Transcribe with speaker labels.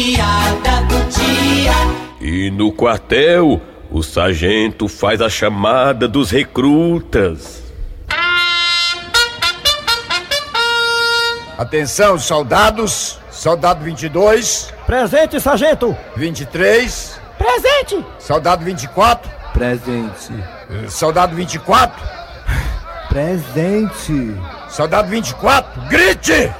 Speaker 1: piada do dia.
Speaker 2: E no quartel, o sargento faz a chamada dos recrutas.
Speaker 3: Atenção, soldados. Soldado 22,
Speaker 4: Presente, sargento!
Speaker 3: 23,
Speaker 4: Presente!
Speaker 3: soldado 24,
Speaker 5: Presente.
Speaker 3: eh, soldado 24,
Speaker 5: Presente.
Speaker 3: soldado 24, grite!